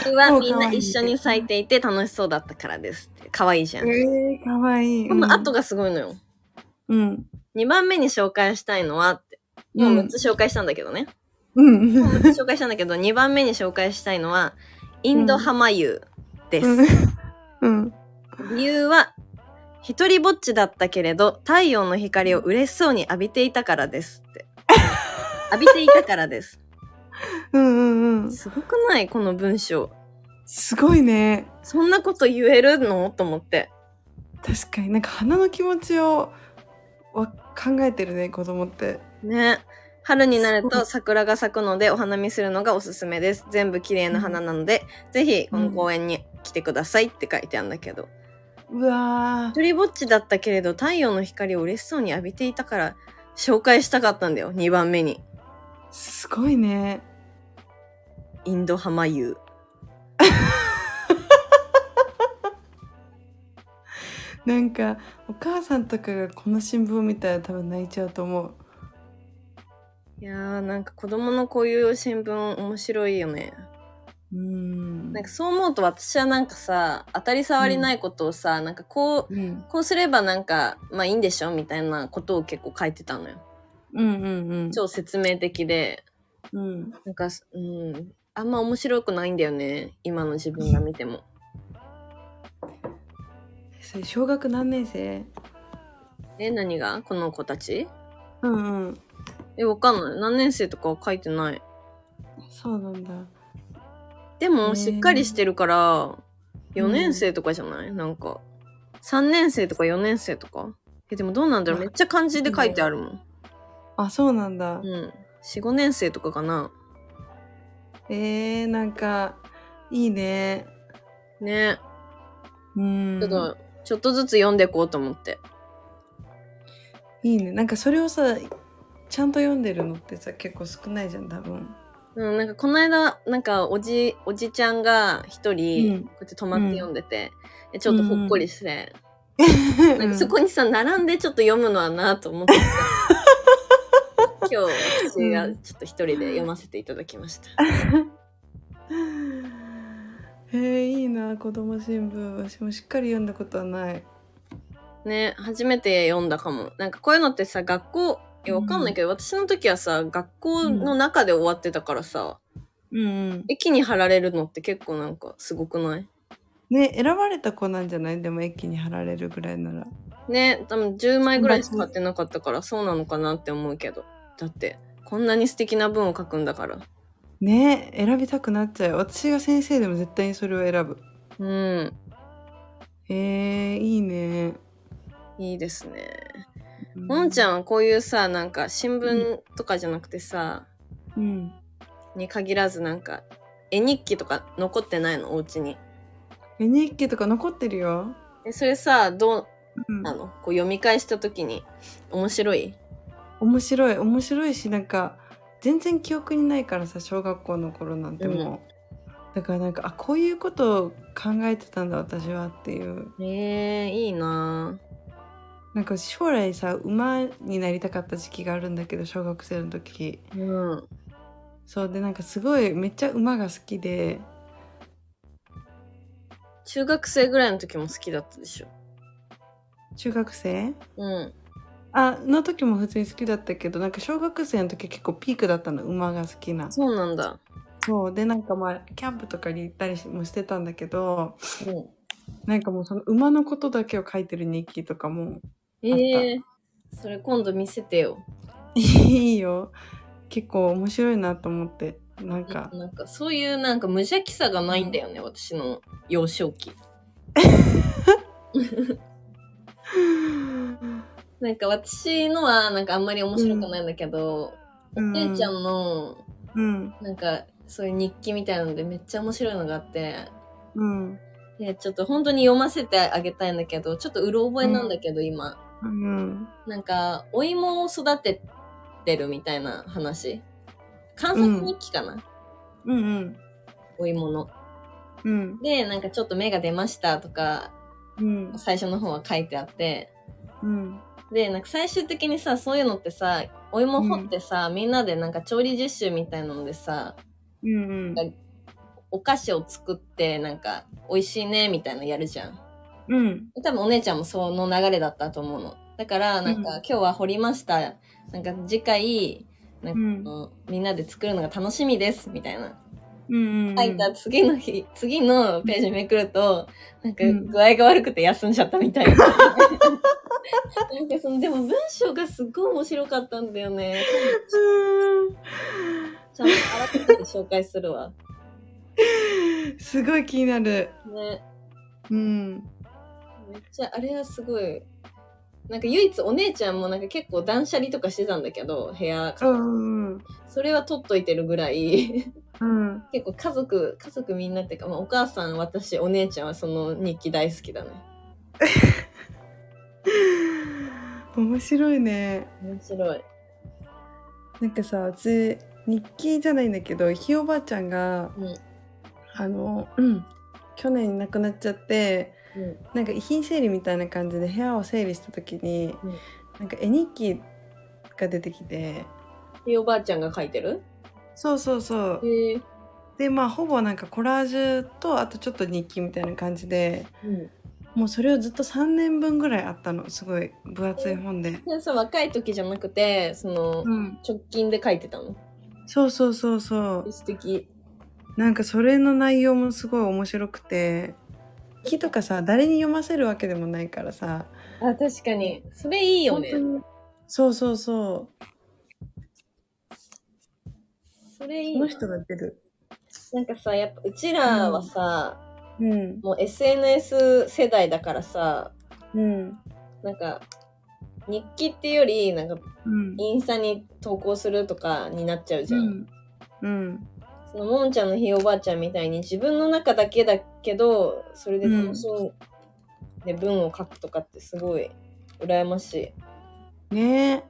Speaker 2: 理由はみんな一緒に咲いていて楽しそうだったからです。可愛いじゃん。
Speaker 1: えー、かわいい。
Speaker 2: この後がすごいのよ。
Speaker 1: うん。
Speaker 2: 2番目に紹介したいのはって、もう6つ紹介したんだけどね。
Speaker 1: うん。
Speaker 2: もう6つ紹介したんだ (laughs) けど、2番目に紹介したいのは、インドハマユーです。
Speaker 1: うん。
Speaker 2: 理由は、一人ぼっちだったけれど、太陽の光を嬉しそうに浴びていたからですって。浴びていたからです。
Speaker 1: うんうんうん。
Speaker 2: すごくないこの文章。
Speaker 1: すごいね。
Speaker 2: そんなこと言えるのと思って。
Speaker 1: 確かになんか花の気持ちをわ考えてるね、子供って。
Speaker 2: ね。春になると桜が咲くのでお花見するのがおすすめです。全部綺麗な花なので、ぜひこの公園に来てくださいって書いてあるんだけど。
Speaker 1: うわ
Speaker 2: 一人ぼっちだったけれど太陽の光を嬉しそうに浴びていたから紹介したかったんだよ。2番目に。
Speaker 1: ー、すごいね。
Speaker 2: インドハマユー。
Speaker 1: なんか、お母さんとかがこの新聞を見たら多分泣いちゃうと思う。
Speaker 2: いやーなんか子供のこういう新聞面白いよね。
Speaker 1: うん
Speaker 2: なんかそう思うと私はなんかさ当たり障りないことをさ、なんかこう
Speaker 1: うん
Speaker 2: こうすればなんかまあいいんでしょみたいなことを結構書いてたのよ
Speaker 1: うんうんうん
Speaker 2: 超説明的で
Speaker 1: うん
Speaker 2: なんかうんあんま面白くないんだよね今の自分が見ても
Speaker 1: それ小学何年生
Speaker 2: え何がこの子たち
Speaker 1: うんうん
Speaker 2: えわかんない何年生とかは書いてない
Speaker 1: そうなんだ
Speaker 2: で
Speaker 1: ね
Speaker 2: も
Speaker 1: え
Speaker 2: しっかりしてるから4
Speaker 1: うん
Speaker 2: 年生とかじゃない、なんか3年生とか4年生とかえでもどうなんだろうめっちゃ漢字で書いてあるもん、
Speaker 1: あそうなんだ、
Speaker 2: うん、45年生とかかな
Speaker 1: えー、なんかいいね
Speaker 2: ね
Speaker 1: うん
Speaker 2: ちょっと、ちょっとずつ読んでいこうと思って
Speaker 1: いいねなんかそれをさちゃんと読んでるのってさ結構少ないじゃん多
Speaker 2: (laughs)
Speaker 1: 分
Speaker 2: うん、なんかこの間なんかおじおじちゃんが一人、
Speaker 1: うん
Speaker 2: こうやって泊まって読んでて、でちょっとほっこりして、
Speaker 1: な
Speaker 2: なんかそこにさ並んでちょっと読むのはなと思ってた今日私がちょっと一人で読ませていただきました、
Speaker 1: へ (laughs) えいいな子供新聞私もしっかり読んだことはない
Speaker 2: ね初めて読んだかもなんかこういうのってさ学校いやわかんないけど、私の時はさ学校の中で終わってたからさ、
Speaker 1: うん、うん、
Speaker 2: 駅に貼られるのって結構なんかすごくない
Speaker 1: ね選ばれた子なんじゃないでも駅に貼られるぐらいなら
Speaker 2: ね多分10枚ぐらいしか買ってなかったからそうなのかなって思うけどだってこんなに素敵な文を書くんだから
Speaker 1: ね選びたくなっちゃう私が先生でも絶対にそれを選ぶ
Speaker 2: うん
Speaker 1: へえいいね
Speaker 2: いいですね
Speaker 1: う
Speaker 2: もんちゃんはこういうさなんか新聞とかじゃなくてさ、
Speaker 1: うん
Speaker 2: に限らずなんか絵日記とか残ってないのお家に
Speaker 1: 絵日記とか残ってるよ、
Speaker 2: えそれさど
Speaker 1: う
Speaker 2: うんなのこう読み返した時に面白い
Speaker 1: 面白い面白いしなんか全然記憶にないからさ小学校の頃なんてもう、だからなんかあこういうことを考えてたんだ私はっていう
Speaker 2: えー、いいな
Speaker 1: なんか将来さ馬になりたかった時期があるんだけど小学生の時
Speaker 2: ぁうん
Speaker 1: そうでなんかすごいめっちゃ馬が好きで
Speaker 2: 中学生ぐらいの時も好きだったでしょ
Speaker 1: 中学生
Speaker 2: うん
Speaker 1: あの時も普通に好きだったけどなんか小学生の時結構ピークだったの馬が好きな
Speaker 2: そうなんだ
Speaker 1: そうでなんかまあキャンプとかに行ったりもしてたんだけど
Speaker 2: うん
Speaker 1: なんかもうその馬のことだけを書いてる日記とかも
Speaker 2: ええそれ今度見せてよ。
Speaker 1: いいよ結構面白いなと思ってなんか
Speaker 2: なんかそういうなんか無邪気さがないんだよね、私の幼少期。なんか私のはなんかあんまり面白くないんだけど、
Speaker 1: う
Speaker 2: お姉ちゃんの
Speaker 1: うん
Speaker 2: なんかそういう日記みたいなのでめっちゃ面白いのがあって、
Speaker 1: うん
Speaker 2: でちょっと本当に読ませてあげたいんだけど、ちょっとうろ覚えなんだけど今。
Speaker 1: うん
Speaker 2: なんかお芋を育ててるみたいな話。観察日記かな、
Speaker 1: うんうん
Speaker 2: お芋の。
Speaker 1: うん
Speaker 2: で、なんかちょっと芽が出ましたとか、
Speaker 1: うん
Speaker 2: 最初の方は書いてあって、
Speaker 1: うん
Speaker 2: で、なんか最終的にさ、そういうのってさ、お芋掘ってさ、みんなでなんか調理実習みたいなのでさ、
Speaker 1: うん
Speaker 2: お菓子を作って、なんか、美味しいね、みたいなのやるじゃん。
Speaker 1: うん
Speaker 2: 多分お姉ちゃんもその流れだったと思うの。だから、なんか、
Speaker 1: うん
Speaker 2: 今日は掘りました。なんか次回、なんか、
Speaker 1: うん
Speaker 2: みんなで作るのが楽しみです、みたいな。
Speaker 1: うん
Speaker 2: 書いた次の日、次のページめくると、なんか
Speaker 1: うん
Speaker 2: 具合が悪くて休んじゃったみたいな。
Speaker 1: (laughs)
Speaker 2: なんかその、でも文章がすっごい面白かったんだよね。ちゃんと改めて紹介するわ。
Speaker 1: すごい気になる
Speaker 2: ね。
Speaker 1: うん
Speaker 2: めっちゃ、あれはすごい。なんか唯一お姉ちゃんもなんか結構断捨離とかしてたんだけど、部屋
Speaker 1: う。んうん
Speaker 2: それは取っといてるぐらい、 (laughs)
Speaker 1: うん
Speaker 2: 結構家族、家族みんなっていうか、まあお母さん、私、お姉ちゃんはその日記大好きだね。
Speaker 1: 面白いね
Speaker 2: 面白い。
Speaker 1: なんかさ私日記じゃないんだけどひいおばあちゃんが、
Speaker 2: うん
Speaker 1: あの、うん、去年亡くなっちゃって
Speaker 2: うん。
Speaker 1: なんか遺品整理みたいな感じで部屋を整理した時に、
Speaker 2: うん
Speaker 1: なんか絵日記が出てきて
Speaker 2: ひいおばあちゃんが書いてる
Speaker 1: そうそうそう
Speaker 2: へえ。
Speaker 1: でまあほぼなんかコラージュとあとちょっと日記みたいな感じで
Speaker 2: うん、
Speaker 1: もうそれをずっと3年分ぐらいあったのすごい分厚い本で、
Speaker 2: でさ若い時じゃなくてその、
Speaker 1: うん、
Speaker 2: 直近で書いてたの
Speaker 1: そうそうそうそう
Speaker 2: 素敵
Speaker 1: なんかそれの内容もすごい面白くて木とかさ誰に読ませるわけでもないからさ
Speaker 2: あ確かにそれいいよね
Speaker 1: 本当にそうそうそ
Speaker 2: それ
Speaker 1: うこ
Speaker 2: いい
Speaker 1: の
Speaker 2: な
Speaker 1: 人が出る
Speaker 2: なんかさやっぱうちらはさ、
Speaker 1: うん
Speaker 2: もう SNS 世代だからさ
Speaker 1: うん
Speaker 2: なんか日記っていうよりなんか
Speaker 1: うん
Speaker 2: インスタに投稿するとかになっちゃうじゃん、
Speaker 1: うん
Speaker 2: そのもんちゃんのひいおばあちゃんみたいに自分の中だけだけどそれで楽しんで文を書くとかってすごい羨ましい
Speaker 1: ねえ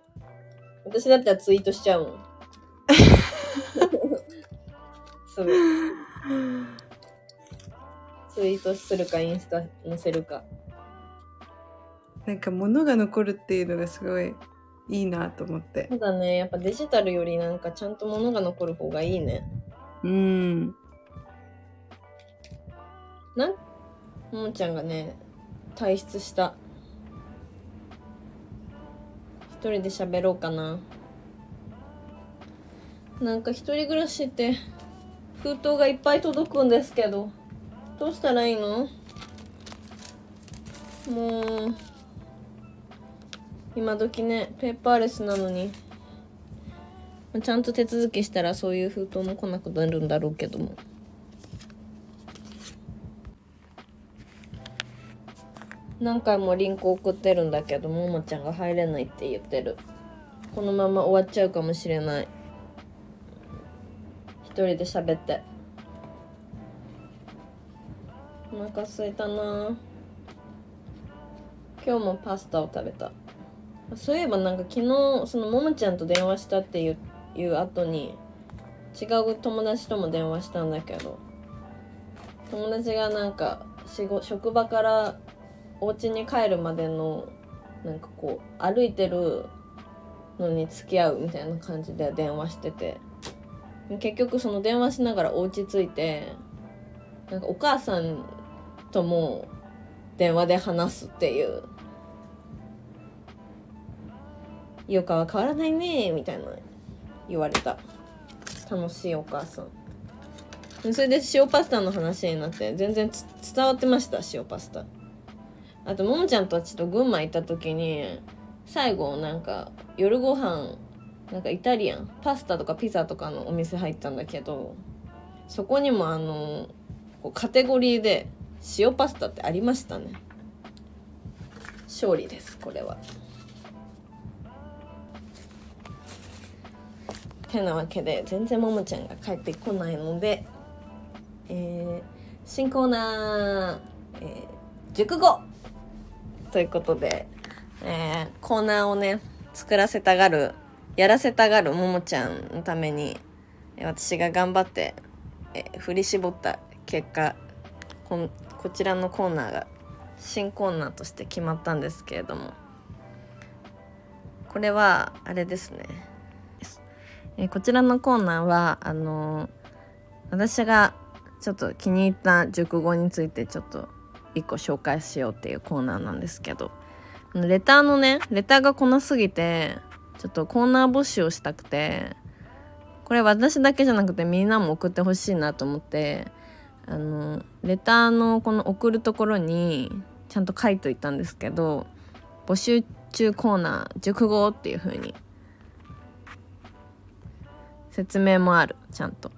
Speaker 2: 私だったらツイートしちゃうもんそうツイートするかインスタ載せるか
Speaker 1: なんか物が残るっていうのがすごいいいなと思って
Speaker 2: そうだねやっぱデジタルよりなんかちゃんと物が残る方がいいね
Speaker 1: うん
Speaker 2: なんもんちゃんがね退出した一人で喋ろうかななんか一人暮らしって封筒がいっぱい届くんですけどどうしたらいいのもう今時ねペーパーレスなのにまあちゃんと手続きしたらそういう封筒も来なくなるんだろうけども何回もリンク送ってるんだけどももちゃんが入れないって言ってるこのまま終わっちゃうかもしれない一人で喋ってお腹すいたな今日もパスタを食べたそういえばなんか昨日そのももちゃんと電話したっていういう後に違う友達とも電話したんだけど友達がなんか仕事職場からお家に帰るまでのなんかこう歩いてるのに付き合うみたいな感じで電話してて結局その電話しながらお家着いてなんかお母さんとも電話で話すっていう「ゆうかは変わらないね」みたいな言われた楽しいお母さんでそれで塩パスタの話になって全然つ伝わってました塩パスタあとももちゃんとちょっと群馬行った時に最後なんか夜ご飯なんかイタリアンパスタとかピザとかのお店入ったんだけどそこにもあのこうカテゴリーで塩パスタってありましたね勝利ですこれはてなわけで全然ももちゃんが帰ってこないので、えー新コーナー、えー熟語ということで、えーコーナーをね作らせたがるやらせたがるももちゃんのためにえー私が頑張って、えー振り絞った結果こんこちらのコーナーが新コーナーとして決まったんですけれどもこれはあれですね、えーこちらのコーナーはあのー私がちょっと気に入った熟語についてちょっと一個紹介しようっていうコーナーなんですけどあのレターのねレターが来なすぎてちょっとコーナー募集をしたくてこれ私だけじゃなくてみんなも送ってほしいなと思ってあのレターのこの送るところにちゃんと書いといたんですけど募集中コーナー熟語っていう風に説明もあるちゃんと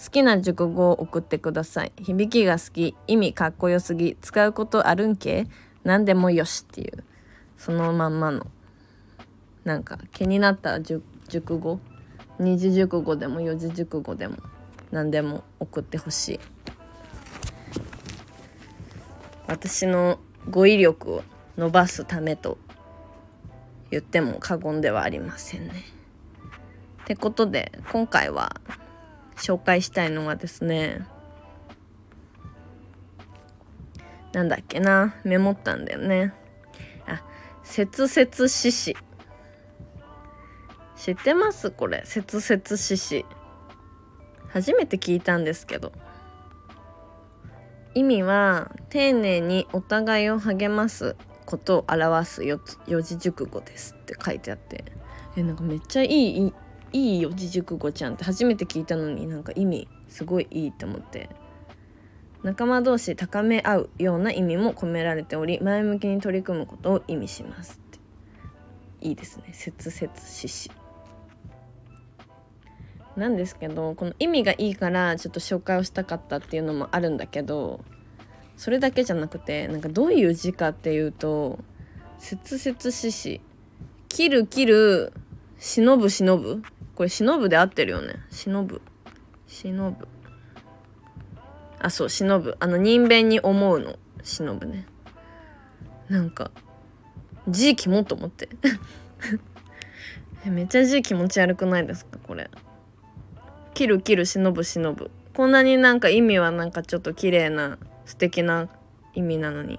Speaker 2: 好きな熟語を送ってください響きが好き意味かっこよすぎ使うことあるんけ何でもよしっていうそのまんまのなんか気になった熟熟語二字熟語でも四字熟語でも何でも送ってほしい私の語彙力を伸ばすためと言っても過言ではありませんね。ってことで今回は紹介したいのはですねなんだっけなメモったんだよねあ「切々しし」知ってますこれ「切々しし」初めて聞いたんですけど意味は丁寧にお互いを励ますことを表す四つ四字熟語ですって書いてあってえなんかめっちゃいいいいい四字熟語じゃんって初めて聞いたのになんか意味すごいいいと思って仲間同士高め合うような意味も込められており前向きに取り組むことを意味しますっていいですね切々ししなんですけどこの意味がいいからちょっと紹介をしたかったっていうのもあるんだけどそれだけじゃなくてなんかどういう字かっていうと「切々しし」「切る切る」「忍ぶ忍ぶ」これ「忍ぶ」で合ってるよね「忍ぶ」「忍ぶ」あそう「忍ぶ」あの人弁に思うの「忍ぶね」なんか字キモと思って (laughs) えめっちゃ字気持ち悪くないですかこれキルキル忍ぶ忍ぶこんなになんか意味はなんかちょっと綺麗な素敵な意味なのに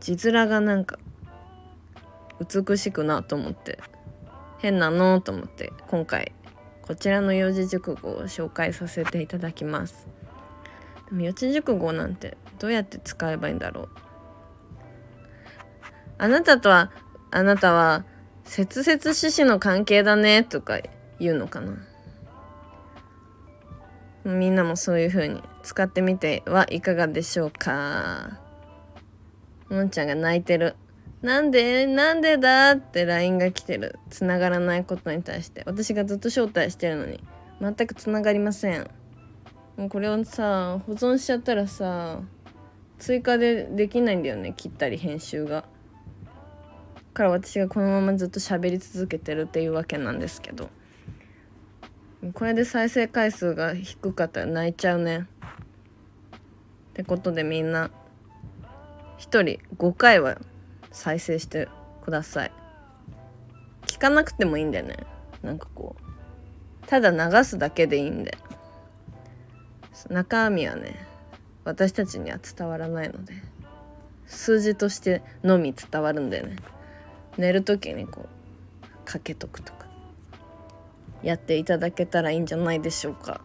Speaker 2: 字面がなんか美しくなと思って変なのと思って今回こちらの四字熟語を紹介させていただきますでも四字熟語なんてどうやって使えばいいんだろうあなたとはあなたは切々ししの関係だねとか言うのかなみんなもそういう風に使ってみてはいかがでしょうかのんちゃんが泣いてる。なんでなんでだって LINE が来てる。繋がらないことに対して。私がずっと招待してるのに。全く繋がりません。もうこれをさ、保存しちゃったらさ、追加でできないんだよね。切ったり編集が。だから私がこのままずっと喋り続けてるっていうわけなんですけど。これで再生回数が低かったら泣いちゃうね。ってことでみんな一人5回は再生してください。聞かなくてもいいんだよね。なんかこうただ流すだけでいいんで中身はね私たちには伝わらないので数字としてのみ伝わるんでね寝る時にこうかけとくとかやっていただけたらいいんじゃないでしょうか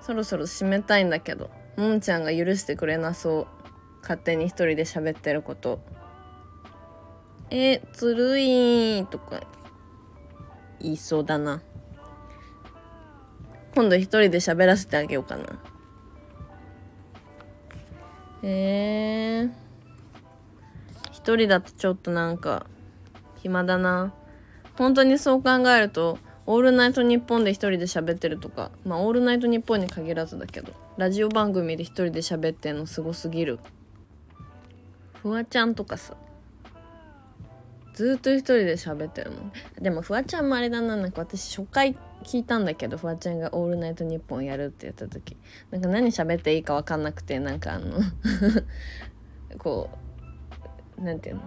Speaker 2: そろそろ締めたいんだけどもんちゃんが許してくれなそう勝手に一人で喋ってることえずるいーとか言いそうだな今度一人で喋らせてあげようかなえー、一人だとちょっとなんか暇だな本当にそう考えると「オールナイトニッポン」で一人で喋ってるとかまあ「オールナイトニッポン」に限らずだけどラジオ番組で一人で喋ってんのすごすぎるフワちゃんとかさずーっと一人で喋ってるもんでもフワちゃんもあれだななんか私初回聞いたんだけどフワちゃんが「オールナイトニッポン」やるって言った時なんか何喋っていいか分かんなくてなんかあの (laughs) こうなんていうの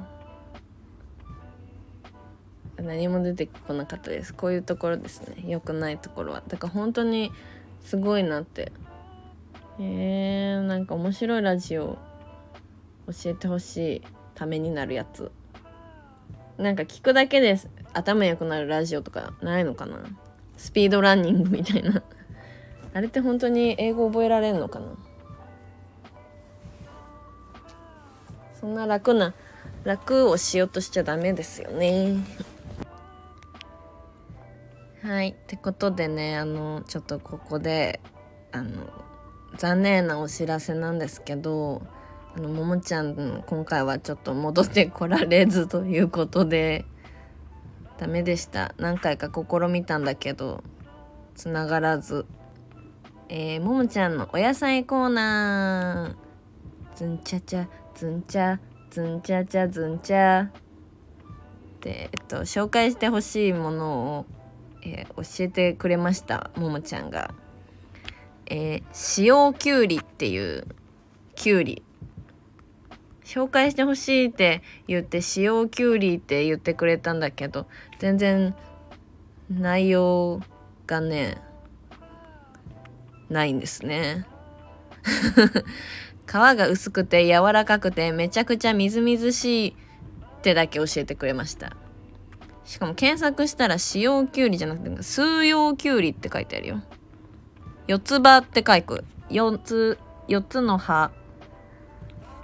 Speaker 2: 何も出てこなかったですこういうところですね良くないところはだから本当にすごいなってえー、なんか面白いラジオ教えてほしいためになるやつなんか聞くだけです頭良くなるラジオとかないのかなスピードランニングみたいな (laughs) あれって本当に英語覚えられるのかなそんな楽な楽をしようとしちゃダメですよね。はい。ってことでね、あの、ちょっとここで、あの、残念なお知らせなんですけど、あの、ももちゃん、今回はちょっと戻ってこられずということで、ダメでした。何回か試みたんだけど、繋がらず。えー、ももちゃんのお野菜コーナー。ずんちゃちゃ、ずんちゃ、ずんちゃちゃずんちゃ。で、えっと、紹介してほしいものを、えー教えてくれました、ももちゃんが。えー、塩きゅうりっていうきゅうり。紹介してほしいって言って塩きゅうりって言ってくれたんだけど全然内容がねないんですね。 (laughs) 皮が薄くて柔らかくてめちゃくちゃみずみずしいってだけ教えてくれましたしかも検索したら使用きゅうりじゃなくて数用きゅうりって書いてあるよ四つ葉って書く四つ四つの葉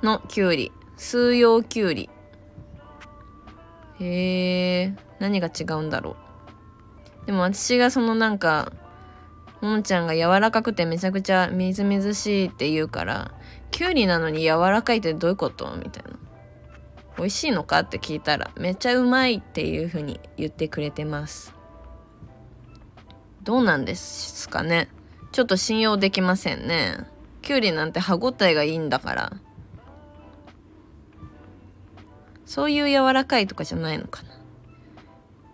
Speaker 2: のきゅうり数用きゅうりへえ何が違うんだろうでも私がそのなんかももちゃんが柔らかくてめちゃくちゃみずみずしいって言うからきゅうりなのに柔らかいってどういうことみたいな美味しいのかって聞いたらめっちゃうまいっていうふうに言ってくれてますどうなんですかねちょっと信用できませんねきゅうりなんて歯ごたえがいいんだからそういう柔らかいとかじゃないのかな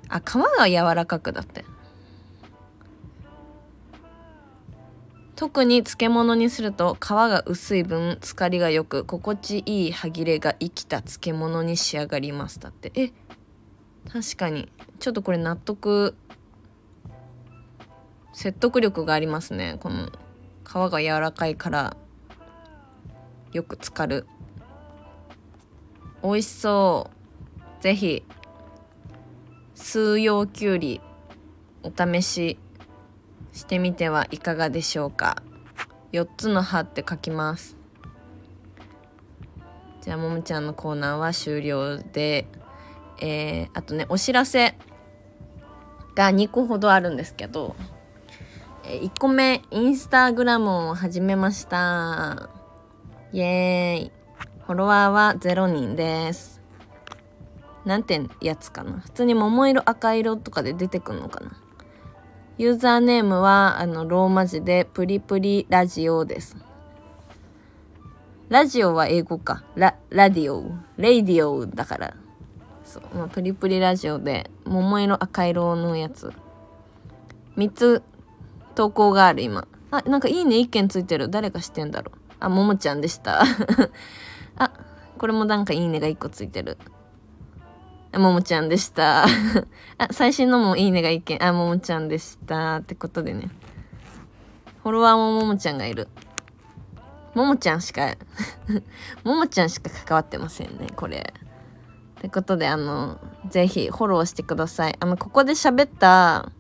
Speaker 2: あ皮が柔らかくだって特に漬物にすると皮が薄い分漬かりがよく心地いい歯切れが生きた漬物に仕上がりますだってえ確かにちょっとこれ納得説得力がありますねこの皮が柔らかいからよく漬かる美味しそうぜひ数葉きゅうりお試ししてみてはいかがでしょうか4つの葉って書きますじゃあももちゃんのコーナーは終了でえー、あとねお知らせが2個ほどあるんですけど、えー1個目インスタグラムを始めましたイエーイフォロワーは0人ですなんてやつかな普通に桃色赤色とかで出てくんのかなユーザーネームは、あの、ローマ字で、プリプリラジオです。ラジオは英語か。ラ、ラディオ。レイディオだから。そう、まあ、プリプリラジオで、桃色赤色のやつ。3つ投稿がある今。あ、なんかいいね1件ついてる。誰がしてんだろう。あ、ももちゃんでした。 (laughs) あ、これもなんかいいねが1個ついてる。あももちゃんでした。 (laughs) あ、最新のもいいねが一件、あ、ももちゃんでした。ってことでね。フォロワーもももちゃんがいる。ももちゃんしか、 (laughs) ももちゃんしか関わってませんね、これ。ってことで、あの、ぜひフォローしてください。あの、ここで喋った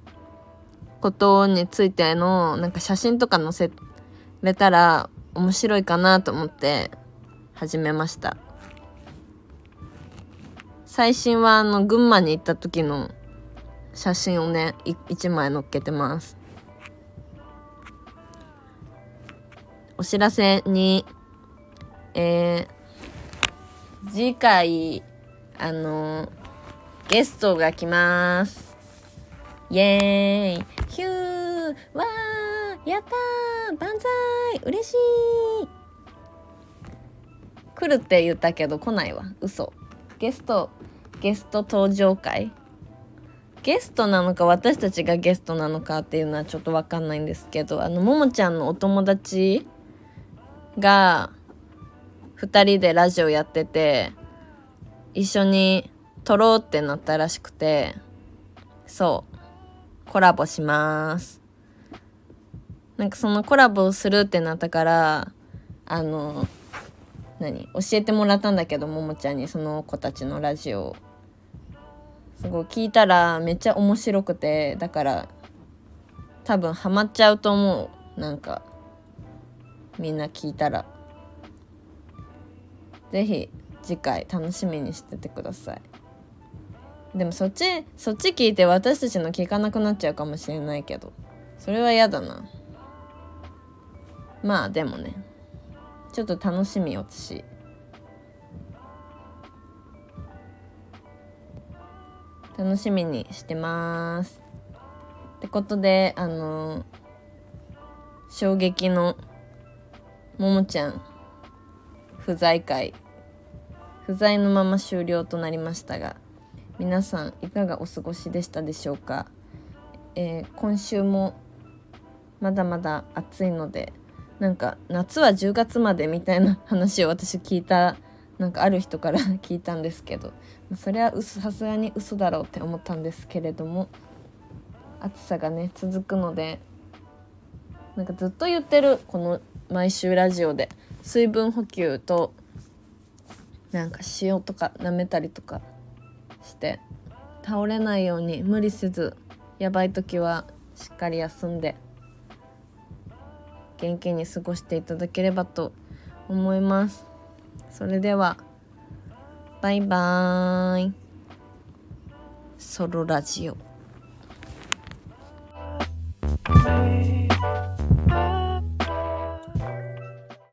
Speaker 2: ことについての、なんか写真とか載せれたら面白いかなと思って始めました。最新はあの群馬に行った時の写真をねい1枚載っけてますお知らせにえー、次回あのゲストが来ますイエーイヒューわーやったー万歳嬉しい来るって言ったけど来ないわ嘘ゲストゲスト登場会ゲストなのか私たちがゲストなのかっていうのはちょっと分かんないんですけどあのももちゃんのお友達が2人でラジオやってて一緒に撮ろうってなったらしくてそうコラボしますなんかそのコラボをするってなったからあの何教えてもらったんだけどももちゃんにその子たちのラジオをすごい聞いたらめっちゃ面白くてだから多分ハマっちゃうと思うなんかみんな聞いたら是非次回楽しみにしててくださいでもそっちそっち聞いて私たちの聞かなくなっちゃうかもしれないけどそれは嫌だなまあでもねちょっと楽しみ私楽しみにしてますってことであの衝撃のももちゃん不在会不在のまま終了となりましたが皆さんいかがお過ごしでしたでしょうか、えー今週もまだまだ暑いのでなんか夏は10月までみたいな話を私聞いたなんかある人から (laughs) 聞いたんですけどまあそれは嘘さすがに嘘だろうって思ったんですけれども暑さがね続くのでなんかずっと言ってるこの毎週ラジオで水分補給となんか塩とか舐めたりとかして倒れないように無理せずやばい時はしっかり休んで元気に過ごしていただければと思いますそれではバイバーイソロラジオ
Speaker 3: い